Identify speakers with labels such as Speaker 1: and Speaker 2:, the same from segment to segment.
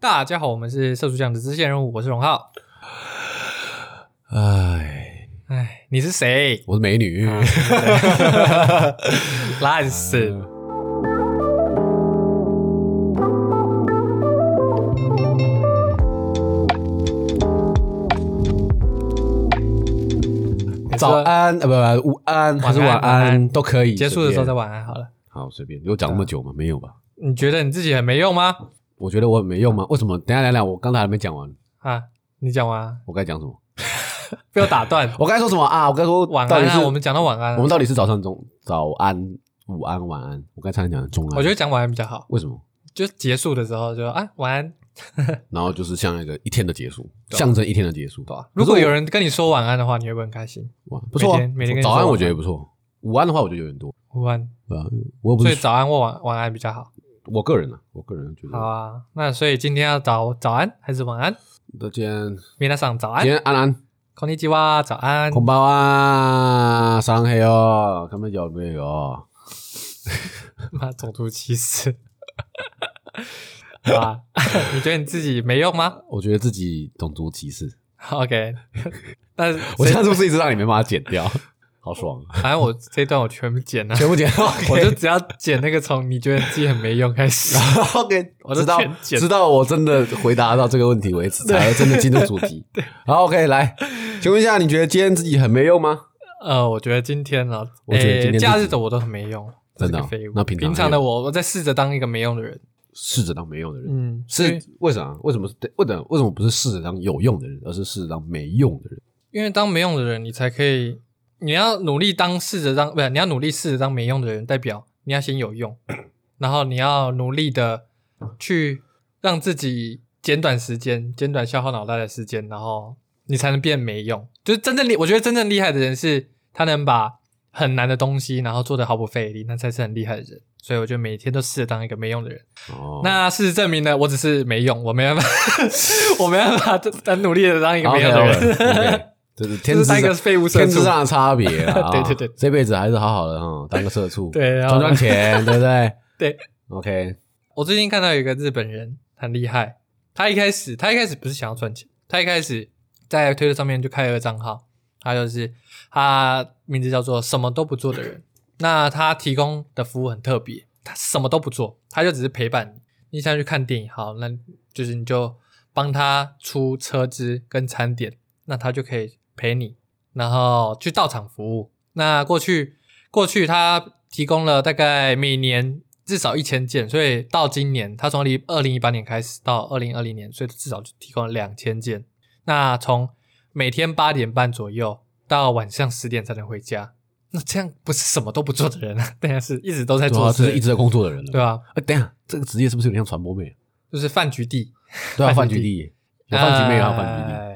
Speaker 1: 大家好，我们是社畜酱的支线任务，我是荣浩。
Speaker 2: 哎，
Speaker 1: 哎，你是谁？
Speaker 2: 我是美女，
Speaker 1: 烂死！
Speaker 2: 哎
Speaker 1: 你
Speaker 2: 早
Speaker 1: 说，
Speaker 2: 安，呃，不不，午安还是晚
Speaker 1: 晚安晚安
Speaker 2: 安都可以。
Speaker 1: 结束的时候再啊
Speaker 2: 随便
Speaker 1: 晚安好了。
Speaker 2: 好，随便。有讲那么久吗？没有吧？
Speaker 1: 你觉得你自己很没用吗？
Speaker 2: 我觉得我很没用吗？为什么？等一下，等一下，我刚才还没讲完，
Speaker 1: 啊，你讲完啊，
Speaker 2: 我该讲什么？
Speaker 1: 不要打
Speaker 2: 。
Speaker 1: 断
Speaker 2: 我该说什么啊？我该说
Speaker 1: 晚
Speaker 2: 到
Speaker 1: 安
Speaker 2: 底
Speaker 1: 啊，
Speaker 2: 是
Speaker 1: 我们讲到晚安啊、
Speaker 2: 我们到底是早上中早安、午安、晚安？我刚才差点讲的中安。
Speaker 1: 我觉得讲晚安比较好，
Speaker 2: 为什么？
Speaker 1: 就结束的时候就啊晚安。
Speaker 2: 然后就是像一个一天的结束，
Speaker 1: 对啊
Speaker 2: 象征一天的结束，对吧
Speaker 1: 如果有人跟你说晚安的话，你会不会很开心？
Speaker 2: 哇，不错啊
Speaker 1: 每天每天跟你。说
Speaker 2: 早
Speaker 1: 晚
Speaker 2: 安
Speaker 1: 安
Speaker 2: 我觉得也不错，午安的话我觉得有点多，
Speaker 1: 晚安，
Speaker 2: 对吧？我又不
Speaker 1: 所以
Speaker 2: 是
Speaker 1: 早安或晚晚安比较好。
Speaker 2: 我个人啊，我个人觉得
Speaker 1: 好啊，那所以今天要早早安还是晚安？
Speaker 2: 那今天
Speaker 1: 皆さん早安
Speaker 2: 今，天安安，
Speaker 1: こんにちは，早安。
Speaker 2: 空包啊，上黑哦，他们有没有？
Speaker 1: 妈，种族歧视。 好啊， 你觉得你自己没用吗
Speaker 2: 我觉得自己种族歧视，
Speaker 1: ？OK，那这
Speaker 2: 我现在是不是一直让你没办法剪掉？ 好爽，啊！
Speaker 1: 反正我这一段我全部剪了，
Speaker 2: 全部 剪掉，
Speaker 1: 我就只要剪那个从你觉得自己很没用开始。
Speaker 2: OK，
Speaker 1: 我就
Speaker 2: 知道
Speaker 1: 全剪
Speaker 2: 知道我真的回答到这个问题为止，才会真的进入主 题。好，OK，来，请问一下，你觉得今天自己很没用吗？
Speaker 1: 呃，我觉得今天呢，
Speaker 2: 我觉得
Speaker 1: 诶
Speaker 2: 今天自己
Speaker 1: 假日的我都很没用，
Speaker 2: 真的
Speaker 1: 这是
Speaker 2: 哦
Speaker 1: 个废物。
Speaker 2: 那
Speaker 1: 平
Speaker 2: 平常呢
Speaker 1: 的我，我在试着当一个没用的人。
Speaker 2: 试着当没用的人，
Speaker 1: 嗯，因
Speaker 2: 是
Speaker 1: 为
Speaker 2: 为啥？为什么是？为什么为什么不是试着当有用的人，而是试着当没用的人？
Speaker 1: 因为当没用的人，你才可以，你要努力当试着当，不是你要努力试着当没用的人，代表你要先有用，然后你要努力的去让自己减短时间，减短消耗脑袋的时间，然后你才能变没用。就是真正厉，我觉得真正厉害的人是他能把很难的东西，然后做的毫不费力，那才是很厉害的人。所以我觉得每天都试着当一个没用的人。
Speaker 2: 哦，
Speaker 1: 那事实证明呢，我只是没用，我没办法， 我没办法 很努力的当一个没用的人。
Speaker 2: 人，这是天
Speaker 1: 就
Speaker 2: 之
Speaker 1: 是当一个
Speaker 2: 上
Speaker 1: 废物社
Speaker 2: 天
Speaker 1: 畜
Speaker 2: 之。上的差 别啊！
Speaker 1: 对对对
Speaker 2: 这辈子还是好好的哈，当个社畜，
Speaker 1: 对然后
Speaker 2: 赚赚 钱，对不对
Speaker 1: 对
Speaker 2: ？OK，
Speaker 1: 我最近看到有一个日本人很厉害，他一开始他一开始不是想要赚钱，他一开始在推特上面就开了个账号，他就是他名字叫做什么都不做的人。那他提供的服务很特别，他什么都不做，他就只是陪伴你。你想去看电影，好，那就是你就帮他出车资跟餐点，那他就可以陪你，然后去到场服务。那过去过去他提供了大概每年至少一千件，所以到今年他从零二零一八年开始到二零二零年，所以至少就提供了两千件。那从每天八点半左右到晚上十点才能回家，那这样不是什么都不做的人啊， 当然是一直都在
Speaker 2: 主
Speaker 1: 做
Speaker 2: 要这
Speaker 1: 事，
Speaker 2: 啊是一直在工作的人了。
Speaker 1: 对啊，
Speaker 2: 哎，等一下，这个职业是不是有点像传播妹啊？
Speaker 1: 就是饭局地，
Speaker 2: 对啊，
Speaker 1: 饭
Speaker 2: 饭
Speaker 1: 局
Speaker 2: 局地，有饭局妹，还有饭局地，
Speaker 1: 哎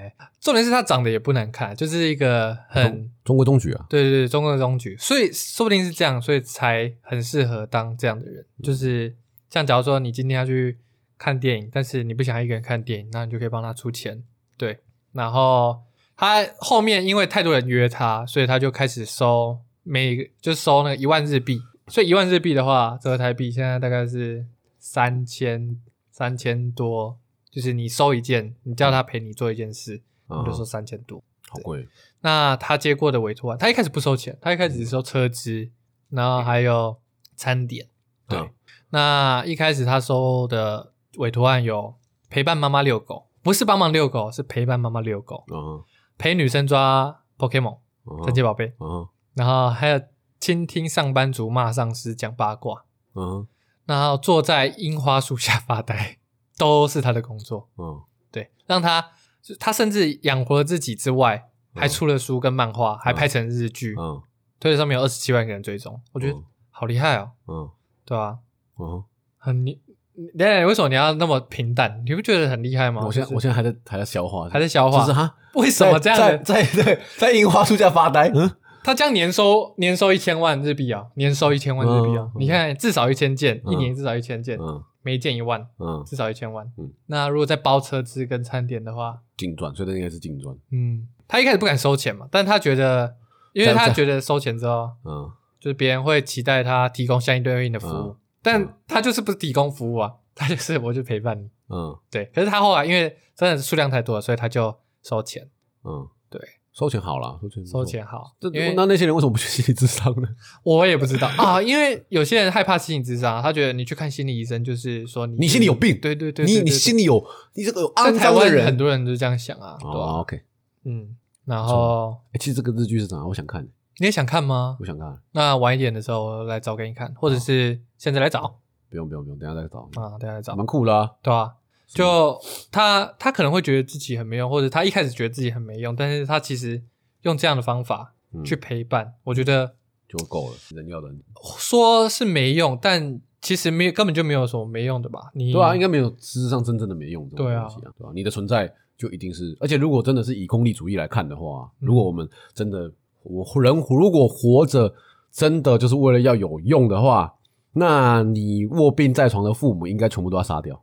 Speaker 1: 重点是他长得也不难看，就是一个很
Speaker 2: 中规中矩啊。
Speaker 1: 对对对，中规中矩，所以说不定是这样，所以才很适合当这样的人。就是像假如说你今天要去看电影，但是你不想一个人看电影，那你就可以帮他出钱，对。然后他后面因为太多人约他，所以他就开始收每个就收那个一万日币，所以一万日币的话，折合台币现在大概是三千三千多，就是你收一件，你叫他陪你做一件事，
Speaker 2: 啊
Speaker 1: 你就，说三千多。
Speaker 2: 好贵，
Speaker 1: 那他接过的委托案，啊他一开始不收钱，他一开始只收车资，然后还有餐点。对，
Speaker 2: 啊
Speaker 1: 那一开始他收的委托案有陪伴妈妈遛狗，不是帮忙遛狗，是陪伴妈妈遛狗，
Speaker 2: 啊，
Speaker 1: 陪女生抓 Pokemon 神奇宝贝，
Speaker 2: 啊
Speaker 1: 然后还有倾听上班族骂上司讲八卦，
Speaker 2: 啊
Speaker 1: 然后坐在樱花树下发呆， 都是他的工作。
Speaker 2: 啊！
Speaker 1: 对，让他就他甚至养活了自己之外，还
Speaker 2: 嗯
Speaker 1: 出了书跟漫画，还拍成日剧。
Speaker 2: 嗯
Speaker 1: 推特上面有二十七万个人追踪，我觉得
Speaker 2: 嗯
Speaker 1: 好厉害哦，
Speaker 2: 嗯
Speaker 1: 对啊？
Speaker 2: 嗯，
Speaker 1: 很你，你等一下为什么你要那么平淡？你不觉得很厉害吗？
Speaker 2: 我现在
Speaker 1: 就是
Speaker 2: 我现在还在还在消化，
Speaker 1: 还在消化，
Speaker 2: 就是哈，
Speaker 1: 为什么这样
Speaker 2: 在
Speaker 1: 的？
Speaker 2: 在在 在樱花树下发呆？嗯，
Speaker 1: 他这样年收年收一千万日币啊，年收一千万日币啊！
Speaker 2: 嗯
Speaker 1: 你看至少一千件，
Speaker 2: 嗯
Speaker 1: 一年至少一千件，
Speaker 2: 嗯
Speaker 1: 每一件一万，
Speaker 2: 嗯，
Speaker 1: 至少一千万
Speaker 2: 嗯。
Speaker 1: 那如果再包车资跟餐点的话，
Speaker 2: 净赚，所以这应该是净赚。
Speaker 1: 嗯，他一开始不敢收钱嘛，但他觉得，因为
Speaker 2: 这样
Speaker 1: 他
Speaker 2: 这样
Speaker 1: 觉得收钱之后，
Speaker 2: 嗯，
Speaker 1: 就是别人会期待他提供相应对应的服务，
Speaker 2: 嗯
Speaker 1: 但
Speaker 2: 嗯
Speaker 1: 他就是不提供服务啊，他就是我就陪伴你，
Speaker 2: 嗯
Speaker 1: 对，可是他后来因为真的是数量太多了，所以他就收钱，
Speaker 2: 嗯，
Speaker 1: 对，
Speaker 2: 收钱好了，收钱不错
Speaker 1: 收。钱好，
Speaker 2: 这
Speaker 1: 因为
Speaker 2: 那那些人为什么不去心理智商呢？
Speaker 1: 我也不知道啊，因为有些人害怕心理智商，啊他觉得你去看心理医生就是说你
Speaker 2: 你心里有病
Speaker 1: 对对对，
Speaker 2: 你
Speaker 1: 对
Speaker 2: 你
Speaker 1: 对
Speaker 2: 心里有你这个有
Speaker 1: 在
Speaker 2: 肮
Speaker 1: 台
Speaker 2: 脏的
Speaker 1: 湾
Speaker 2: 人
Speaker 1: 很。多人都这样想啊，对吧、
Speaker 2: 哦，OK，
Speaker 1: 嗯，然后
Speaker 2: 哎，其实这个日剧是啥？我想看，
Speaker 1: 你也想看吗？
Speaker 2: 我想看，
Speaker 1: 那晚一点的时候来找给你看，或
Speaker 2: 哦
Speaker 1: 者是现在来找
Speaker 2: 不用不用不用，等一下再找，
Speaker 1: 啊，大家来找，
Speaker 2: 蛮酷的啊。
Speaker 1: 对吧、就他他可能会觉得自己很没用，或者他一开始觉得自己很没用，但是他其实用这样的方法
Speaker 2: 嗯
Speaker 1: 去陪伴，我觉得
Speaker 2: 就够了，人要人。
Speaker 1: 说是没用，但其实没有根本就没有什么没用的吧？你
Speaker 2: 对啊，应该没有事实上真正的没用这
Speaker 1: 嗯
Speaker 2: 种
Speaker 1: 对啊
Speaker 2: 东西啊，对啊，你的存在就一定是，而且如果真的是以功利主义来看的话，啊
Speaker 1: 嗯
Speaker 2: 如果我们真的我人如果活着真的就是为了要有用的话，那你卧病在床的父母应该全部都要杀掉，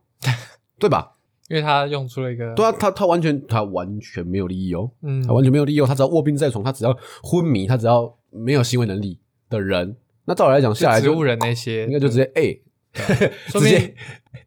Speaker 2: 对吧？
Speaker 1: 因为他用出了一个
Speaker 2: 对啊，他他完全他完全没有利益哦，
Speaker 1: 嗯
Speaker 2: 他完全没有利益哦，他只要卧病在床，他只要昏迷，他只要没有行为能力的人，那照理来讲下来
Speaker 1: 植
Speaker 2: 就
Speaker 1: 物人那些
Speaker 2: 应该就直接哎、
Speaker 1: 说
Speaker 2: 直
Speaker 1: 明
Speaker 2: 接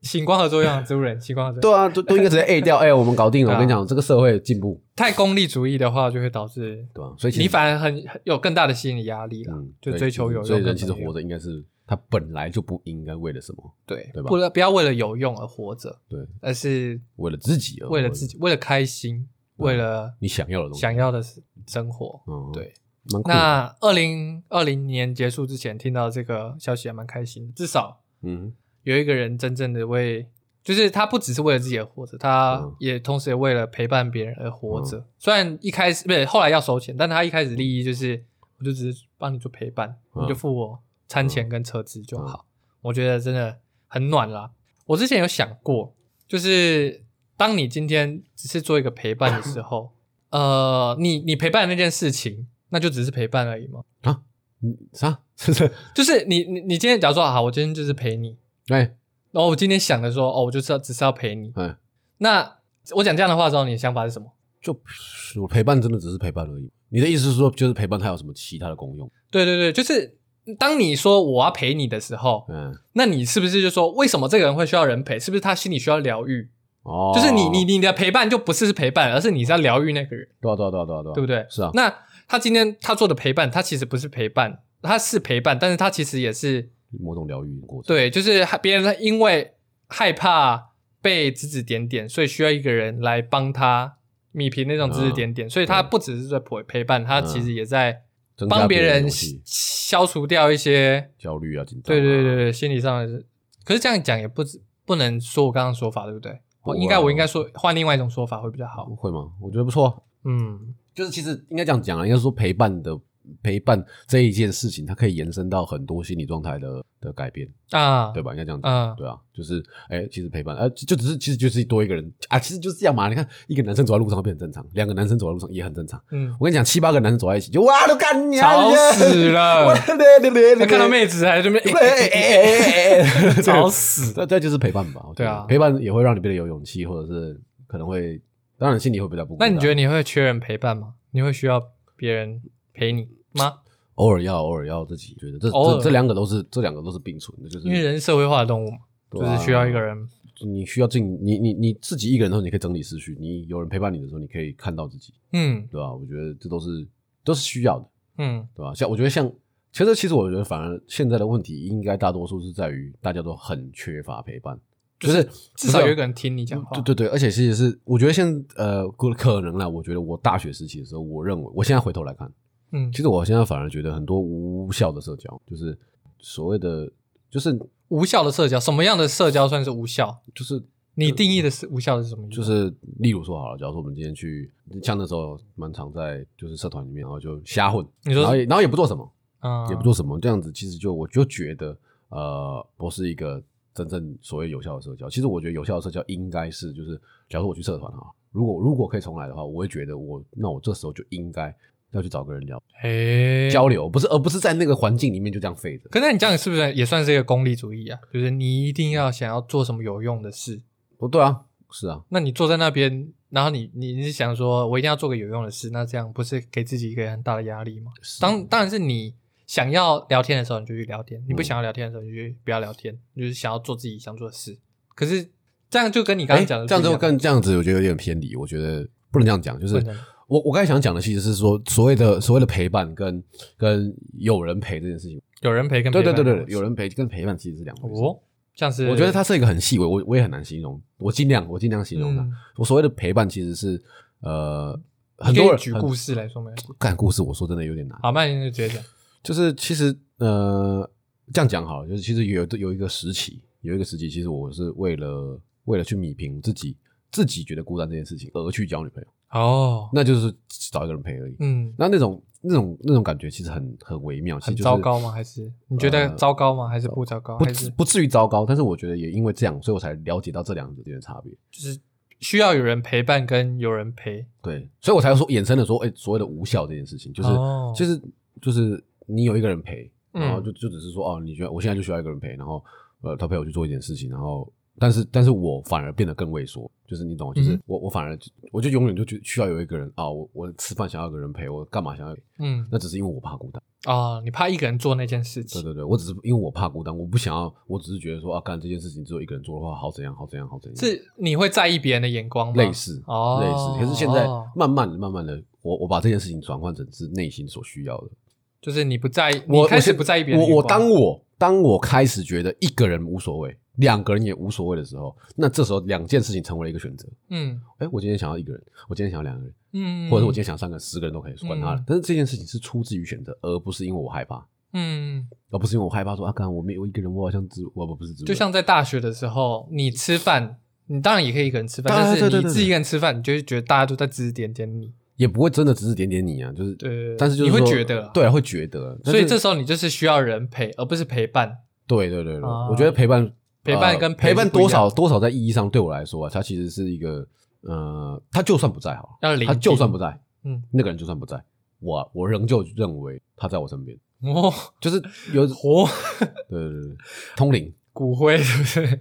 Speaker 1: 醒光合作用，植物人醒光合作用。
Speaker 2: 对啊，都都应该直接 A 掉，哎、我们搞定了。
Speaker 1: 对啊
Speaker 2: 我跟你讲，这个社会进步，
Speaker 1: 太功利主义的话，就会导致
Speaker 2: 对吧、所以其实
Speaker 1: 你反而很很有更大的心理压力啦。
Speaker 2: 嗯，
Speaker 1: 就
Speaker 2: 对
Speaker 1: 追求有用
Speaker 2: 所以人
Speaker 1: 跟
Speaker 2: 其实
Speaker 1: 没用
Speaker 2: 活着应该是他本来就不应该为了什么，
Speaker 1: 对，
Speaker 2: 对吧
Speaker 1: 不不要为了有用而活着，
Speaker 2: 对，
Speaker 1: 而是
Speaker 2: 为了自己而活，
Speaker 1: 为了自己，为了开心，为了
Speaker 2: 你想要的东西，
Speaker 1: 想要的生活。
Speaker 2: 嗯，
Speaker 1: 对，
Speaker 2: 蛮酷的，
Speaker 1: 那二零二零年结束之前，听到这个消息还蛮开心的，至少
Speaker 2: 嗯
Speaker 1: 有一个人真正的为，就是他不只是为了自己而活着，他
Speaker 2: 嗯
Speaker 1: 也同时也为了陪伴别人而活着。虽然一开始不是后来要收钱，但他一开始利益就是，我就只是帮你做陪伴，
Speaker 2: 嗯
Speaker 1: 你就付我餐钱跟车资就好。我觉得真的很暖啦。我之前有想过，就是当你今天只是做一个陪伴的时候，呃，你你陪伴的那件事情，那就只是陪伴而已嘛。
Speaker 2: 嗯啥， 是不是？
Speaker 1: 就是你你你今天假如说啊好，我今天就是陪你，
Speaker 2: 哎
Speaker 1: 然后我今天想的说，哦，我就是要只是要陪你。
Speaker 2: 哎，
Speaker 1: 那我讲这样的话之后，你的想法是什么？
Speaker 2: 就我陪伴真的只是陪伴而已。你的意思是说，就是陪伴它有什么其他的功用？
Speaker 1: 对对对，就是当你说我要陪你的时候，
Speaker 2: 嗯，
Speaker 1: 那你是不是就说为什么这个人会需要人陪？是不是他心里需要疗愈？
Speaker 2: 哦，
Speaker 1: 就是你你你的陪伴就不是是陪伴，而是你是要疗愈那个人，
Speaker 2: 对啊对啊对啊对啊对啊，
Speaker 1: 对不对？
Speaker 2: 是啊，
Speaker 1: 那他今天他做的陪伴，他其实不是陪伴，他是陪伴，但是他其实也是
Speaker 2: 某种疗愈的过程，
Speaker 1: 对，就是别人因为害怕被指指点点，所以需要一个人来帮他弭平那种指指点点，所以他不只是在陪陪伴，他其实也在
Speaker 2: 嗯增加
Speaker 1: 帮别
Speaker 2: 人
Speaker 1: 人
Speaker 2: 的
Speaker 1: 消
Speaker 2: 东西
Speaker 1: 消除掉一些，
Speaker 2: 焦虑啊，紧张啊，
Speaker 1: 对对对对，心理上的。可是这样讲也不止不能说我刚刚说法对不对？
Speaker 2: 不
Speaker 1: 我
Speaker 2: 会啊
Speaker 1: 应该我应该说换另外一种说法会比较好。
Speaker 2: 会吗？我觉得不错啊。
Speaker 1: 嗯，
Speaker 2: 就是其实应该这样讲啊，应该说陪伴的陪伴这一件事情，它可以延伸到很多心理状态的的改变，
Speaker 1: 啊，
Speaker 2: 对吧？应该这样讲。
Speaker 1: 啊，
Speaker 2: 对啊，就是哎、其实陪伴，呃，就就只是其实就是多一个人啊，其实就是这样嘛。你看，一个男生走在路上会变很正常，两个男生走在路上也很正常。
Speaker 1: 嗯，
Speaker 2: 我跟你讲，七八个男生走在一起，就哇，都干你啊！
Speaker 1: 吵死 了
Speaker 2: 我的嘞嘞嘞嘞
Speaker 1: 看到妹 子还在这边
Speaker 2: 哎哎哎哎 哎，
Speaker 1: 哎吵死。
Speaker 2: 这这就是陪伴吧？我觉得
Speaker 1: 对啊
Speaker 2: 陪伴也会让你变得有勇气，或者是可能会，当然心里会比较不 孤
Speaker 1: 那
Speaker 2: 单。啊
Speaker 1: 你觉得你会缺人陪伴吗？你会需要别人陪你吗？
Speaker 2: 偶尔要，偶尔要自己觉得这
Speaker 1: 偶尔
Speaker 2: 这这两个都是这两个都是并存的，就是
Speaker 1: 因为人是社会化的动物嘛，
Speaker 2: 对
Speaker 1: 就
Speaker 2: 啊
Speaker 1: 是需要一个人。
Speaker 2: 你需要进你你你自己一个人的时候，你可以整理思绪；你有人陪伴你的时候，你可以看到自己，
Speaker 1: 嗯
Speaker 2: 对吧、我觉得这都是都是需要的，
Speaker 1: 嗯，
Speaker 2: 对吧、像我觉得像其实其实我觉得反而现在的问题应该大多数是在于大家都很缺乏陪伴，就是
Speaker 1: 至少有一个
Speaker 2: 人
Speaker 1: 人听你讲话。
Speaker 2: 对对对，而且其实是我觉得现呃可可能啦，我觉得我大学时期的时候，我认为我现在回头来看，
Speaker 1: 嗯，
Speaker 2: 其实我现在反而觉得很多无效的社交，就是所谓的就是
Speaker 1: 无效的社交，什么样的社交算是无效？
Speaker 2: 就是
Speaker 1: 你定义的是无效的是什么意思？
Speaker 2: 就是，例如说好了，假如说我们今天去，像那时候蛮常在就是社团里面，然后就瞎混，
Speaker 1: 你说
Speaker 2: 然后也然后也不做什么，
Speaker 1: 嗯，
Speaker 2: 也不做什么，这样子其实就我就觉得呃，不是一个真正所谓有效的社交。其实我觉得有效的社交应该是就是，假如说我去社团啊，如果如果可以重来的话，我会觉得我那我这时候就应该要去找个人聊
Speaker 1: 诶，
Speaker 2: 交流，不是而不是在那个环境里面就这样废着。
Speaker 1: 哎可是你这样是不是也算是一个功利主义啊？就是你一定要想要做什么有用的事，
Speaker 2: 哦，对啊，是啊，
Speaker 1: 那你坐在那边，然后你你你是想说我一定要做个有用的事，那这样不是给自己一个很大的压力吗？
Speaker 2: 是啊
Speaker 1: 当当然是你想要聊天的时候你就去聊天，你不
Speaker 2: 嗯
Speaker 1: 想要聊天的时候你就不要聊天，你就是想要做自己想做的事。可是这样就跟你刚
Speaker 2: 哎，
Speaker 1: 刚讲的
Speaker 2: 这样
Speaker 1: 不一
Speaker 2: 就更这样子，我觉得有点偏离。我觉得不能这样讲，就是
Speaker 1: 不能
Speaker 2: 我我刚才想讲的其实是说所谓的所谓的陪伴跟跟有人陪这件事情。
Speaker 1: 有人陪跟
Speaker 2: 对对对
Speaker 1: 陪伴
Speaker 2: 对，有人陪跟陪伴其实是两回事。
Speaker 1: 哦，像是
Speaker 2: 我觉得它是一个很细微，我我也很难形容，我尽量我尽量形容它。
Speaker 1: 嗯
Speaker 2: 我所谓的陪伴其实是呃
Speaker 1: 你
Speaker 2: 很
Speaker 1: 可以
Speaker 2: 多人
Speaker 1: 举
Speaker 2: 很
Speaker 1: 故事来说没关系？
Speaker 2: 干故事，我说真的有点难。
Speaker 1: 好，那你就直接讲。
Speaker 2: 就是其实呃，这样讲好了，就是其实有有一个时期，有一个时期，其实我是为了为了去弭平自己自己觉得孤单这件事情而去交女朋友，
Speaker 1: 哦，
Speaker 2: 那就是找一个人陪而已。
Speaker 1: 嗯，
Speaker 2: 那那种那种那种感觉其实很很微妙，其实
Speaker 1: 很
Speaker 2: 就是
Speaker 1: 糟糕吗？还是你觉得
Speaker 2: 呃
Speaker 1: 糟糕吗？还是不糟糕？
Speaker 2: 不
Speaker 1: 还是
Speaker 2: 不至于糟糕，但是我觉得也因为这样，所以我才了解到这两者之间的差别。
Speaker 1: 就是需要有人陪伴跟有人陪？
Speaker 2: 对，所以我才说衍生的说，哎、所谓的无效这件事情，就是、
Speaker 1: 哦
Speaker 2: 就是就是你有一个人陪，
Speaker 1: 嗯
Speaker 2: 然后就就只是说哦，你觉得我现在就需要一个人陪，然后呃，他陪我去做一件事情，然后但是但是我反而变得更畏缩，就是你懂吗，就是
Speaker 1: 嗯
Speaker 2: 我、我反而就我就永远就觉需要有一个人啊，我我吃饭想要有个人陪，我干嘛想要，
Speaker 1: 嗯，
Speaker 2: 那只是因为我怕孤单，
Speaker 1: 哦，你怕一个人做那件事
Speaker 2: 对
Speaker 1: 情，
Speaker 2: 对对，我只是因为我怕孤单，我不想要，我只是觉得说啊，干这件事情只有一个人做的话，好怎样好怎样好怎样，
Speaker 1: 是你会在意别人的眼光吗？
Speaker 2: 类似，
Speaker 1: 哦
Speaker 2: 类似。可是现在
Speaker 1: 哦
Speaker 2: 慢慢的、慢慢的，我我把这件事情转换成是内心所需要的。
Speaker 1: 就是你不在意，
Speaker 2: 我
Speaker 1: 你开始
Speaker 2: 现
Speaker 1: 不在意别人的
Speaker 2: 我
Speaker 1: 眼
Speaker 2: 我
Speaker 1: 光
Speaker 2: 当我当我开始觉得一个人无所谓，两个人也无所谓的时候，那这时候两件事情成为了一个选择。
Speaker 1: 嗯
Speaker 2: 哎，我今天想要一个人，我今天想要两个人，
Speaker 1: 嗯，
Speaker 2: 或者是我今天想要三个人、十个人都可以，管他的
Speaker 1: 嗯。
Speaker 2: 但是这件事情是出自于选择，而不是因为我害怕，
Speaker 1: 嗯，
Speaker 2: 而不是因为我害怕说啊，干我没有一个人，我好像只我不不是只
Speaker 1: 就像在大学的时候，你吃饭。你当然也可以一个人吃饭，
Speaker 2: 当然
Speaker 1: 但是
Speaker 2: 对对
Speaker 1: 你
Speaker 2: 对
Speaker 1: 自己一个人吃饭，你就会觉得大家都在指指点点你。
Speaker 2: 也不会真的只是点点你啊，就是
Speaker 1: 对对对
Speaker 2: 但是就是
Speaker 1: 你会
Speaker 2: 说
Speaker 1: 觉得啊
Speaker 2: 对啊，会觉得，但
Speaker 1: 所以
Speaker 2: 是
Speaker 1: 这时候你就是需要人陪，而不是陪伴。
Speaker 2: 对对对对，
Speaker 1: 啊
Speaker 2: 我觉得陪伴
Speaker 1: 陪伴跟
Speaker 2: 呃
Speaker 1: 陪
Speaker 2: 陪伴
Speaker 1: 是不一样
Speaker 2: 多少多少在意义上对我来说啊，它其实是一个呃，他就算不在好
Speaker 1: 要
Speaker 2: 了，
Speaker 1: 聆
Speaker 2: 他就
Speaker 1: 听
Speaker 2: 算不在，
Speaker 1: 嗯，
Speaker 2: 那个人就算不在，我我仍旧认为他在我身边，
Speaker 1: 哦，
Speaker 2: 就是 有
Speaker 1: 活
Speaker 2: 对对对对通灵，
Speaker 1: 骨灰是不是？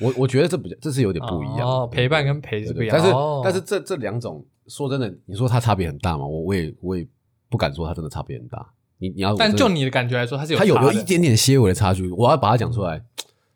Speaker 2: 我我觉得这不这是有点不一样
Speaker 1: 哦
Speaker 2: 对对
Speaker 1: 陪伴
Speaker 2: 对
Speaker 1: 跟陪是
Speaker 2: 对对
Speaker 1: 不一样
Speaker 2: 但是
Speaker 1: 哦
Speaker 2: 但是这这两种说真的，你说它差别很大吗？我我也我也不敢说它真的差别很大，你你要 我
Speaker 1: 但
Speaker 2: 真的
Speaker 1: 就你的感觉来说，它是有
Speaker 2: 它有
Speaker 1: 差
Speaker 2: 有
Speaker 1: 的
Speaker 2: 一点点些微的差距，我要把它讲出来。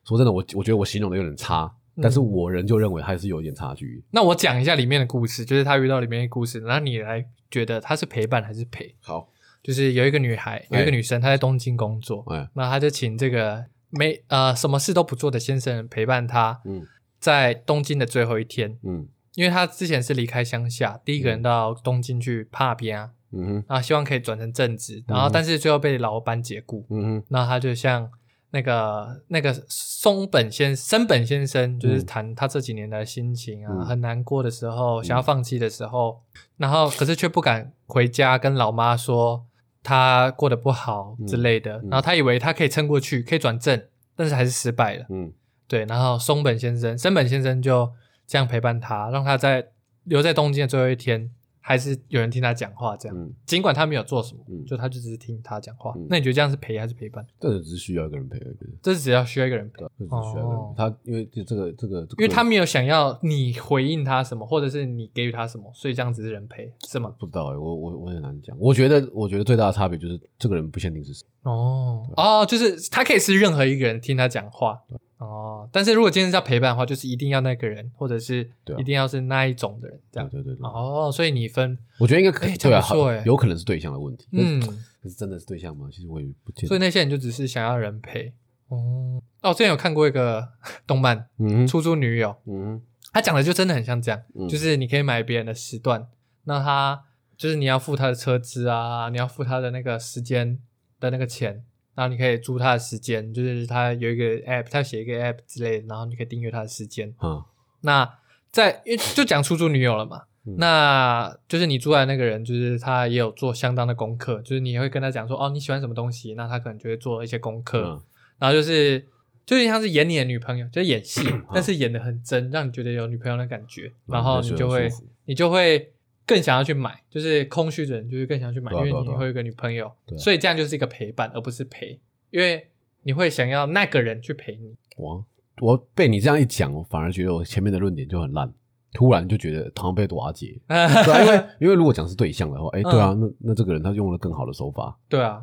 Speaker 2: 说真的，我我觉得我形容的有点差，
Speaker 1: 嗯
Speaker 2: 但是我仍旧认为还是有一点差距。
Speaker 1: 那我讲一下里面的故事，就是他遇到里面的故事，然后你来觉得他是陪伴还是陪？
Speaker 2: 好，
Speaker 1: 就是有一个女孩，有一个
Speaker 2: 哎
Speaker 1: 女生，她在东京工作，
Speaker 2: 哎，
Speaker 1: 那她就请这个没呃什么事都不做的先生陪伴她，
Speaker 2: 嗯
Speaker 1: 在东京的最后一天，
Speaker 2: 嗯
Speaker 1: 因为她之前是离开乡下，第一个人到东京去帕边啊，
Speaker 2: 嗯哼
Speaker 1: 然后希望可以转成正职，然后但是最后被老板解雇，
Speaker 2: 嗯哼
Speaker 1: 那他就像那个那个松本先生本先生，就是谈他这几年的心情啊，
Speaker 2: 嗯
Speaker 1: 很难过的时候，想要放弃的时候，然后可是却不敢回家跟老妈说他过得不好之类的，然
Speaker 2: 嗯
Speaker 1: 后他以为他可以撑过去，可以转正，但是还是失败了。
Speaker 2: 嗯
Speaker 1: 对，然后松本先生、森本先生就这样陪伴他，让他在留在东京的最后一天，还是有人听他讲话这样。
Speaker 2: 嗯，
Speaker 1: 尽管他没有做什么，
Speaker 2: 嗯
Speaker 1: 就他就只是听他讲话。
Speaker 2: 嗯
Speaker 1: 那你觉得这样是陪还是陪伴？
Speaker 2: 这只是需要一个人陪而已，
Speaker 1: 这只要需要一个人陪
Speaker 2: 对，，啊这只是需要一个人
Speaker 1: 哦
Speaker 2: 陪。他因为这这个这个，这个
Speaker 1: 因为他没有想要你回应他什么，或者是你给予他什么，所以这样只是人陪，是吗？
Speaker 2: 不知道欸，我我我很难讲。我觉得我觉得最大的差别就是这个人不限定是谁。
Speaker 1: 哦哦，就是他可以是任何一个人听他讲话哦，但是如果今天是要陪伴的话，就是一定要那个人，或者是
Speaker 2: 对啊
Speaker 1: 一定要是那一种的人这
Speaker 2: 对
Speaker 1: 样。
Speaker 2: 对对对，
Speaker 1: 哦，所以你分
Speaker 2: 我觉得应该可
Speaker 1: 哎这
Speaker 2: 对
Speaker 1: 样
Speaker 2: 啊，
Speaker 1: 不错欸
Speaker 2: 好有可能是对象的问题。
Speaker 1: 嗯
Speaker 2: 嗯，，可是真的是对象吗？其实我也不见
Speaker 1: 所以
Speaker 2: 得。
Speaker 1: 那些人就只是想要人陪。哦哦，之前有看过一个 动漫
Speaker 2: 嗯
Speaker 1: 《
Speaker 2: 哼
Speaker 1: 出租女友》，
Speaker 2: 嗯
Speaker 1: 他讲的就真的很像这样，
Speaker 2: 嗯
Speaker 1: 就是你可以买别人的时段，那他就是你要付他的车资啊，你要付他的那个时间的那个钱，然后你可以租他的时间，就是他有一个 app，他写一个 app 之类的，然后你可以订阅他的时间。
Speaker 2: 哼啊
Speaker 1: 那在因为就讲出租女友了嘛，
Speaker 2: 嗯
Speaker 1: 那就是你租来的那个人，就是他也有做相当的功课，就是你会跟他讲说哦你喜欢什么东西，那他可能就会做一些功课，
Speaker 2: 嗯
Speaker 1: 然后就是就有点像是演你的女朋友，就是演戏，
Speaker 2: 嗯
Speaker 1: 但是演的很真，让你觉得有女朋友的感觉，然后你就会
Speaker 2: 那是很舒服
Speaker 1: 你就会更想要去买，就是空虚的人就是更想要去买，
Speaker 2: 对
Speaker 1: 因为
Speaker 2: 啊对啊
Speaker 1: 你
Speaker 2: 对啊
Speaker 1: 会有一个女朋友，
Speaker 2: 对啊
Speaker 1: 所以这样就是一个陪伴，而不是陪，因为你会想要那个人去陪你。。
Speaker 2: 我我被你这样一讲，我反而觉得我前面的论点就很烂，突然就觉得好像被瓦解 对啊，因为因为如果讲是对象的话，哎、
Speaker 1: 嗯
Speaker 2: 对啊，那那这个人他用了更好的手法，
Speaker 1: 对啊，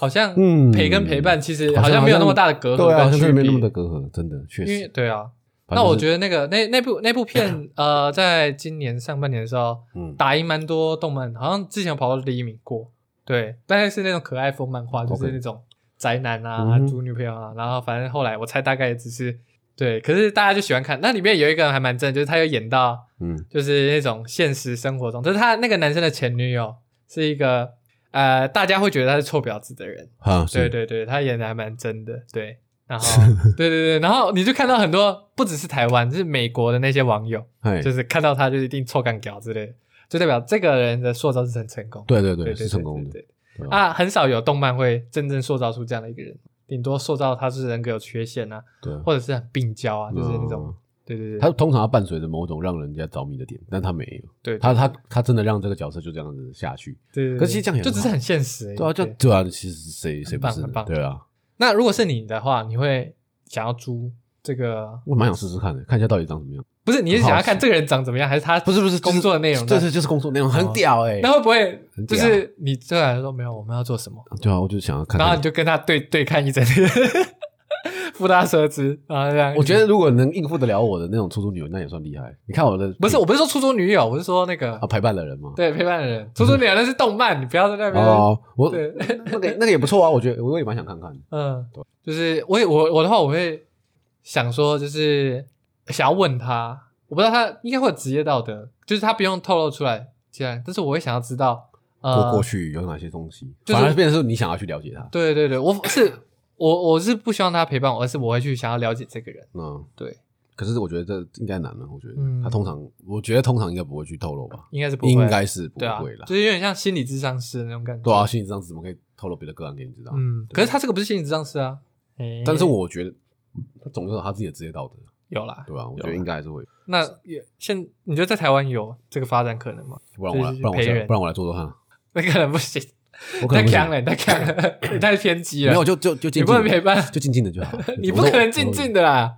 Speaker 1: 好像
Speaker 2: 嗯
Speaker 1: 陪跟陪伴其实
Speaker 2: 好
Speaker 1: 好
Speaker 2: 像
Speaker 1: 像没有那么大的隔阂
Speaker 2: 对啊，
Speaker 1: 跟
Speaker 2: 好像真
Speaker 1: 区
Speaker 2: 的没那么
Speaker 1: 别
Speaker 2: 的，隔阂，真的确
Speaker 1: 因为
Speaker 2: 实。
Speaker 1: 对啊。
Speaker 2: 反
Speaker 1: 那
Speaker 2: 正
Speaker 1: 我
Speaker 2: 就是
Speaker 1: 觉得那个那那部那部片，呃，在今年上半年的时候，
Speaker 2: 嗯
Speaker 1: 打赢蛮多动漫，好像之前有跑到第一名过。对，但是是那种可爱风漫画，就是
Speaker 2: OK
Speaker 1: 那种宅男啊、
Speaker 2: 嗯哼
Speaker 1: 猪女朋友啊，然后反正后来我猜大概只是对，可是大家就喜欢看。那里面有一个人还蛮正，就是他有演到
Speaker 2: 嗯
Speaker 1: 就是那种现实生活中，就是他那个男生的前女友是一个呃，大家会觉得他是臭婊子的人，
Speaker 2: 啊，是
Speaker 1: 对对对，他演的还蛮真的，对。然 后，对对对，然后你就看到很多，不只是台湾，就是美国的那些网友，
Speaker 2: 哎，
Speaker 1: 就是看到他就一定臭干屌之类的，就代表这个人的塑造是很成功。
Speaker 2: 对对
Speaker 1: 对
Speaker 2: 对，是成功的
Speaker 1: 对对
Speaker 2: 对吧
Speaker 1: 啊，很少有动漫会真正塑造出这样的一个人，顶多塑造他是人格有缺陷啊，
Speaker 2: 对。
Speaker 1: 或者是很病娇啊，就是那种
Speaker 2: 嗯，
Speaker 1: 对对对，
Speaker 2: 他通常要伴随着某种让人家着迷的点，但他没有，
Speaker 1: 对
Speaker 2: 他他他真的让这个角色就这样子下去，
Speaker 1: 对对对，
Speaker 2: 可是其实这样也
Speaker 1: 就
Speaker 2: 很
Speaker 1: 只是很现实而已。
Speaker 2: 对啊，就对啊，其实谁谁不
Speaker 1: 棒
Speaker 2: 是
Speaker 1: 很
Speaker 2: 呢？
Speaker 1: 棒
Speaker 2: 对啊，
Speaker 1: 那如果是你的话，你会想要租这个？
Speaker 2: 我蛮想试试看的，看一下到底长什么样。
Speaker 1: 不是，你是想要看这个人长怎么样，还是他
Speaker 2: 不是不是，
Speaker 1: 工作的内容？哦
Speaker 2: 这是就是工作内容很屌哎。
Speaker 1: 那会不会
Speaker 2: 很
Speaker 1: 就
Speaker 2: 屌
Speaker 1: 是你对他来说没有我们要做什么，
Speaker 2: 对啊，我就想要看
Speaker 1: 然后你
Speaker 2: 看。
Speaker 1: 就跟他对对看一整天， 扶他舌之，然后这样。
Speaker 2: 我觉得如果能应付得了我的那种出租女友，那也算厉害。你看我的
Speaker 1: 不是，我不是说出租女友，我是说那个
Speaker 2: 啊陪伴的人嘛。
Speaker 1: 对陪伴的人，出租女友那是动漫，你不要在那边
Speaker 2: 哦，我
Speaker 1: 对，
Speaker 2: 那个那个也不错啊，我觉得我也蛮想看看的。
Speaker 1: 嗯
Speaker 2: 对，
Speaker 1: 就是我也我我的话，我会想说，就是想要问他，我不知道他应该会有职业道德，就是他不用透露出来，既然，但是我会想要知道，呃
Speaker 2: 过，过去有哪些东西，
Speaker 1: 就是
Speaker 2: 反而变成是你想要去了解他。
Speaker 1: 对对对，我是我我是不希望他陪伴我，而是我会去想要了解这个人，
Speaker 2: 嗯，
Speaker 1: 对，
Speaker 2: 可是我觉得这应该难了，我觉得
Speaker 1: 嗯
Speaker 2: 他通常，我觉得通常应该不会去透露吧，
Speaker 1: 应该是不会，
Speaker 2: 应该是不
Speaker 1: 对啊
Speaker 2: 会啦，
Speaker 1: 就。是有点像心理智商师的那种感觉，
Speaker 2: 对啊，心理智商怎么可以透露别的个案给你知道？
Speaker 1: 嗯，可是他这个不是心理智商师啊，诶
Speaker 2: 但是我觉得他总有他自己的职业道德，
Speaker 1: 有啊啦，
Speaker 2: 对吧？啊我觉得应该还是会，
Speaker 1: 那也现你觉得在台湾有这个发展可能吗？
Speaker 2: 不然我来，
Speaker 1: 就是
Speaker 2: 不然我
Speaker 1: 陪
Speaker 2: 下
Speaker 1: 人
Speaker 2: 不然我来做做看，
Speaker 1: 那可能不行，
Speaker 2: 我可
Speaker 1: 太
Speaker 2: 能不行
Speaker 1: 强了，你太强了， 你太偏激了，
Speaker 2: 没有就就就
Speaker 1: 你
Speaker 2: 静
Speaker 1: 不
Speaker 2: 静
Speaker 1: 能
Speaker 2: 的
Speaker 1: 陪伴，
Speaker 2: 就静静的
Speaker 1: ，
Speaker 2: 就好
Speaker 1: 你不可能静
Speaker 2: 我
Speaker 1: 静的啦。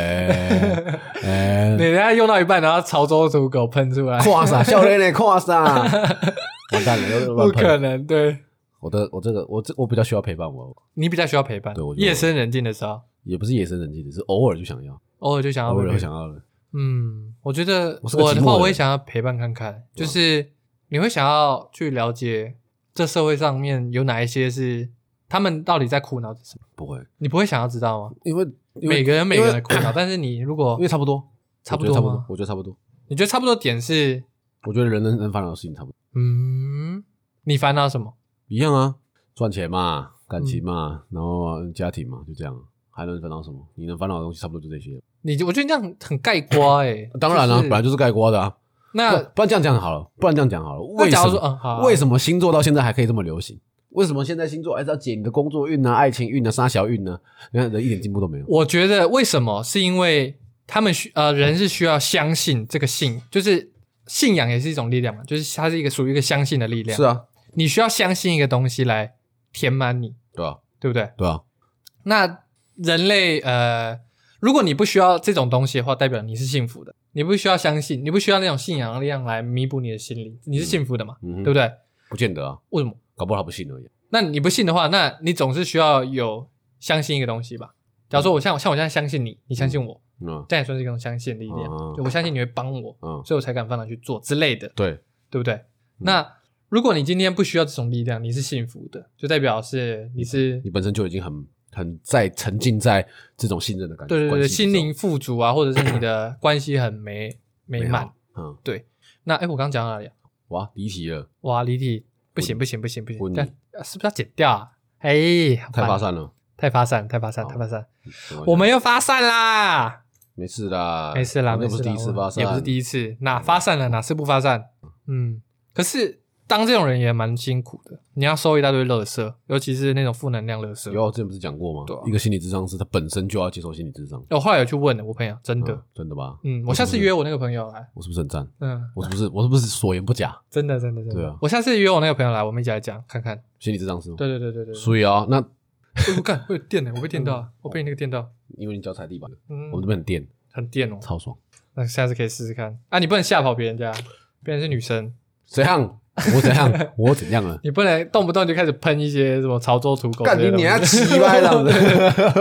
Speaker 2: 哎哎
Speaker 1: 你，等一下用到一半，然后潮州土狗喷出 来，
Speaker 2: 跨啥笑脸嘞，跨啥，完蛋了，又
Speaker 1: 不
Speaker 2: 乱
Speaker 1: 可
Speaker 2: 喷。
Speaker 1: 能。对
Speaker 2: 我的我这个我这我比较需要陪伴我，
Speaker 1: 你比较需要陪伴
Speaker 2: 对我，觉得
Speaker 1: 夜深人静的时候，
Speaker 2: 也不是夜深人静的，是偶尔就想要，
Speaker 1: 偶尔就想要
Speaker 2: 偶尔
Speaker 1: 陪
Speaker 2: 会
Speaker 1: 伴
Speaker 2: 想要的。
Speaker 1: 嗯，我觉得
Speaker 2: 我是个
Speaker 1: 我的
Speaker 2: 寂寞
Speaker 1: 话，
Speaker 2: 的
Speaker 1: 我也
Speaker 2: 人
Speaker 1: 想要陪伴看看，就
Speaker 2: 对啊
Speaker 1: 是你会想要去了解这社会上面有哪一些是他们到底在苦恼着什么，
Speaker 2: 不会，
Speaker 1: 你不会想要知道吗？
Speaker 2: 因为因为
Speaker 1: 每个人每个人的
Speaker 2: 因
Speaker 1: 苦恼，但是你如
Speaker 2: 为
Speaker 1: 果
Speaker 2: 因为差不多，
Speaker 1: 差不
Speaker 2: 我觉得
Speaker 1: 多
Speaker 2: 差不多
Speaker 1: 吗，？
Speaker 2: 我觉得差不多。
Speaker 1: 你觉得差不多点是，
Speaker 2: 我觉得人能能烦恼的事情差不多
Speaker 1: 嗯，你烦恼什么？
Speaker 2: 一样啊，赚钱嘛，感情
Speaker 1: 嗯
Speaker 2: 嘛，然后家庭嘛，就这样。还能烦恼什么？你能烦恼的东西差不多就这些。
Speaker 1: 你我觉得这样很盖瓜哎、
Speaker 2: 当然了、
Speaker 1: 就
Speaker 2: 啊，
Speaker 1: 是
Speaker 2: 本来就是盖锅的啊。不
Speaker 1: 那
Speaker 2: 不然这样讲好了，不然这样讲好了。
Speaker 1: 那
Speaker 2: 为
Speaker 1: 假
Speaker 2: 什
Speaker 1: 如说，
Speaker 2: 么？
Speaker 1: 嗯，好，
Speaker 2: 为什么星座到现在还可以这么流行？为什么现在星座还哎是要解你的工作运呢、爱情运呢、杀小运呢、你看人一点进步都没有。
Speaker 1: 我觉得为什么是因为他们需呃人是需要相信这个信，就是信仰也是一种力量嘛，就是它是一个属于一个相信的力量。
Speaker 2: 是，啊，
Speaker 1: 你需要相信一个东西来填满你，
Speaker 2: 对啊，
Speaker 1: 对不对？
Speaker 2: 对啊，
Speaker 1: 那人类呃，如果你不需要这种东西的话，代表你是幸福的，你不需要相信，你不需要那种信仰的力量来弥补你的心灵，你是幸福的嘛，
Speaker 2: 嗯哼
Speaker 1: 对不对？
Speaker 2: 不见得啊，
Speaker 1: 为什么？
Speaker 2: 搞不好他不信而已。
Speaker 1: 那你不信的话，那你总是需要有相信一个东西吧。假如说我像像我现在相信你，你相信我，
Speaker 2: 嗯
Speaker 1: 这样也算是一种相信力量。
Speaker 2: 嗯
Speaker 1: 就我相信你会帮我，
Speaker 2: 嗯，
Speaker 1: 所以我才敢放胆去做之类的，
Speaker 2: 对，
Speaker 1: 对不对？
Speaker 2: 嗯
Speaker 1: 那如果你今天不需要这种力量，你是幸福的，就代表是你是
Speaker 2: 你本身就已经很很在沉浸在这种信任的感觉，
Speaker 1: 对对对
Speaker 2: 关
Speaker 1: 对
Speaker 2: 系之中
Speaker 1: 心灵富足啊，或者是你的关系很美美
Speaker 2: 美
Speaker 1: 满
Speaker 2: 满。。嗯，
Speaker 1: 那哎，我刚讲到哪里啊？
Speaker 2: 哇，离题了，
Speaker 1: 哇，离题不行不行不行不行，
Speaker 2: 问你
Speaker 1: 但啊是不是要剪掉啊？哎，好
Speaker 2: 太
Speaker 1: 烦
Speaker 2: 发散了。
Speaker 1: 太发散太发散
Speaker 2: 好
Speaker 1: 太发散，
Speaker 2: 没关系
Speaker 1: 我们又发散啦！
Speaker 2: 没事啦，
Speaker 1: 没事啦，
Speaker 2: 我
Speaker 1: 没
Speaker 2: 们又啊不
Speaker 1: 事啦，
Speaker 2: 是第一次发散，嗯
Speaker 1: 也不是第一次，哪发散了，哪次不发散？嗯，可是当这种人也蛮辛苦的，你要收一大堆垃圾，尤其是那种负能量垃圾。
Speaker 2: 有啊，我之前不是讲过吗？
Speaker 1: 对啊
Speaker 2: 一个心理智商师，他本身就要接受心理智商。
Speaker 1: 哦我后来有去问了我朋友，真的
Speaker 2: 嗯，真的吧？
Speaker 1: 嗯，我下次
Speaker 2: 是不是
Speaker 1: 约我那个朋友来，
Speaker 2: 我是不是很赞？
Speaker 1: 嗯，
Speaker 2: 我是不是我是不是所言不假？
Speaker 1: 真的真的真
Speaker 2: 对
Speaker 1: 的
Speaker 2: 啊，
Speaker 1: 我下次约我那个朋友来，我们一起来讲看看。
Speaker 2: 心理智商师吗？
Speaker 1: 对对对对对，
Speaker 2: 所以啊，那
Speaker 1: 哎我干，我有电呢，我被电到，我被你那个电到，
Speaker 2: 因为你脚踩地板，
Speaker 1: 嗯
Speaker 2: 嗯我，们这边很电，
Speaker 1: 很电哦。
Speaker 2: 超爽。
Speaker 1: 那下次可以试试看啊，你不能吓跑别人家，别人是女生，
Speaker 2: 怎样？我怎样？我怎样了？
Speaker 1: 你不能动不动就开始喷一些什么潮州土狗之
Speaker 2: 干
Speaker 1: 类的东
Speaker 2: 你
Speaker 1: 西，
Speaker 2: 娘鸡 掰了！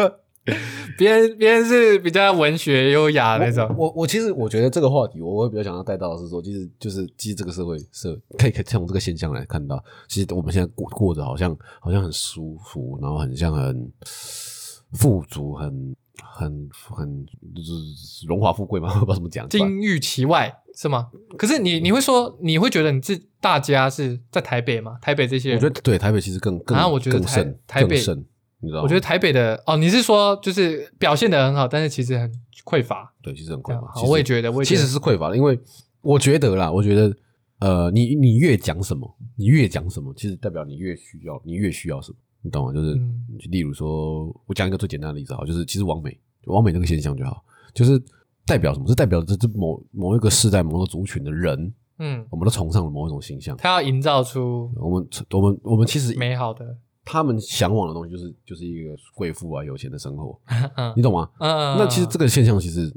Speaker 1: 别人别人是比较文学优雅的那种，
Speaker 2: 我我我其实我觉得这个话题，我会比较想要带到的是说，其实就是其实这个社会社可以可以从这个现象来看到，其实我们现在过过着好像好像很舒服，然后很像很富足，很很很就是荣华富贵嘛， 我不知道怎么讲。
Speaker 1: 金玉其外是吗？可是
Speaker 2: 嗯
Speaker 1: 你你会说，你会觉得你自大家是在台北吗？台北这些
Speaker 2: 我
Speaker 1: 人，
Speaker 2: 觉得对台北其实更更、
Speaker 1: 啊我觉得
Speaker 2: 更
Speaker 1: 台
Speaker 2: 盛
Speaker 1: 台北
Speaker 2: 更盛，你知道吗？
Speaker 1: 我觉得台北的哦，你是说就是表现的很好，但是其实很匮乏。
Speaker 2: 对，其实很
Speaker 1: 这
Speaker 2: 匮
Speaker 1: 样
Speaker 2: 乏
Speaker 1: 好。
Speaker 2: 其实
Speaker 1: 我也觉得，我也觉
Speaker 2: 其
Speaker 1: 得
Speaker 2: 实是匮乏的，因为我觉得啦，我觉得呃，你你越讲什么，你越讲什么，其实代表你越需要，你越需要什么，你懂吗？就是、
Speaker 1: 嗯
Speaker 2: 例如说，我讲一个最简单的例子好，就是其实王美，王美这个现象就好，就是代表什么？是代表这这某某一个世代、某个族群的人，
Speaker 1: 嗯，
Speaker 2: 我们都崇尚了某一种形象。
Speaker 1: 他要营造出
Speaker 2: 我们我们我们其实
Speaker 1: 美好的，
Speaker 2: 他们向往的东西就是就是一个贵妇啊、有钱的生活，
Speaker 1: 嗯
Speaker 2: 你懂吗？
Speaker 1: 嗯，
Speaker 2: 那其实这个现象其实，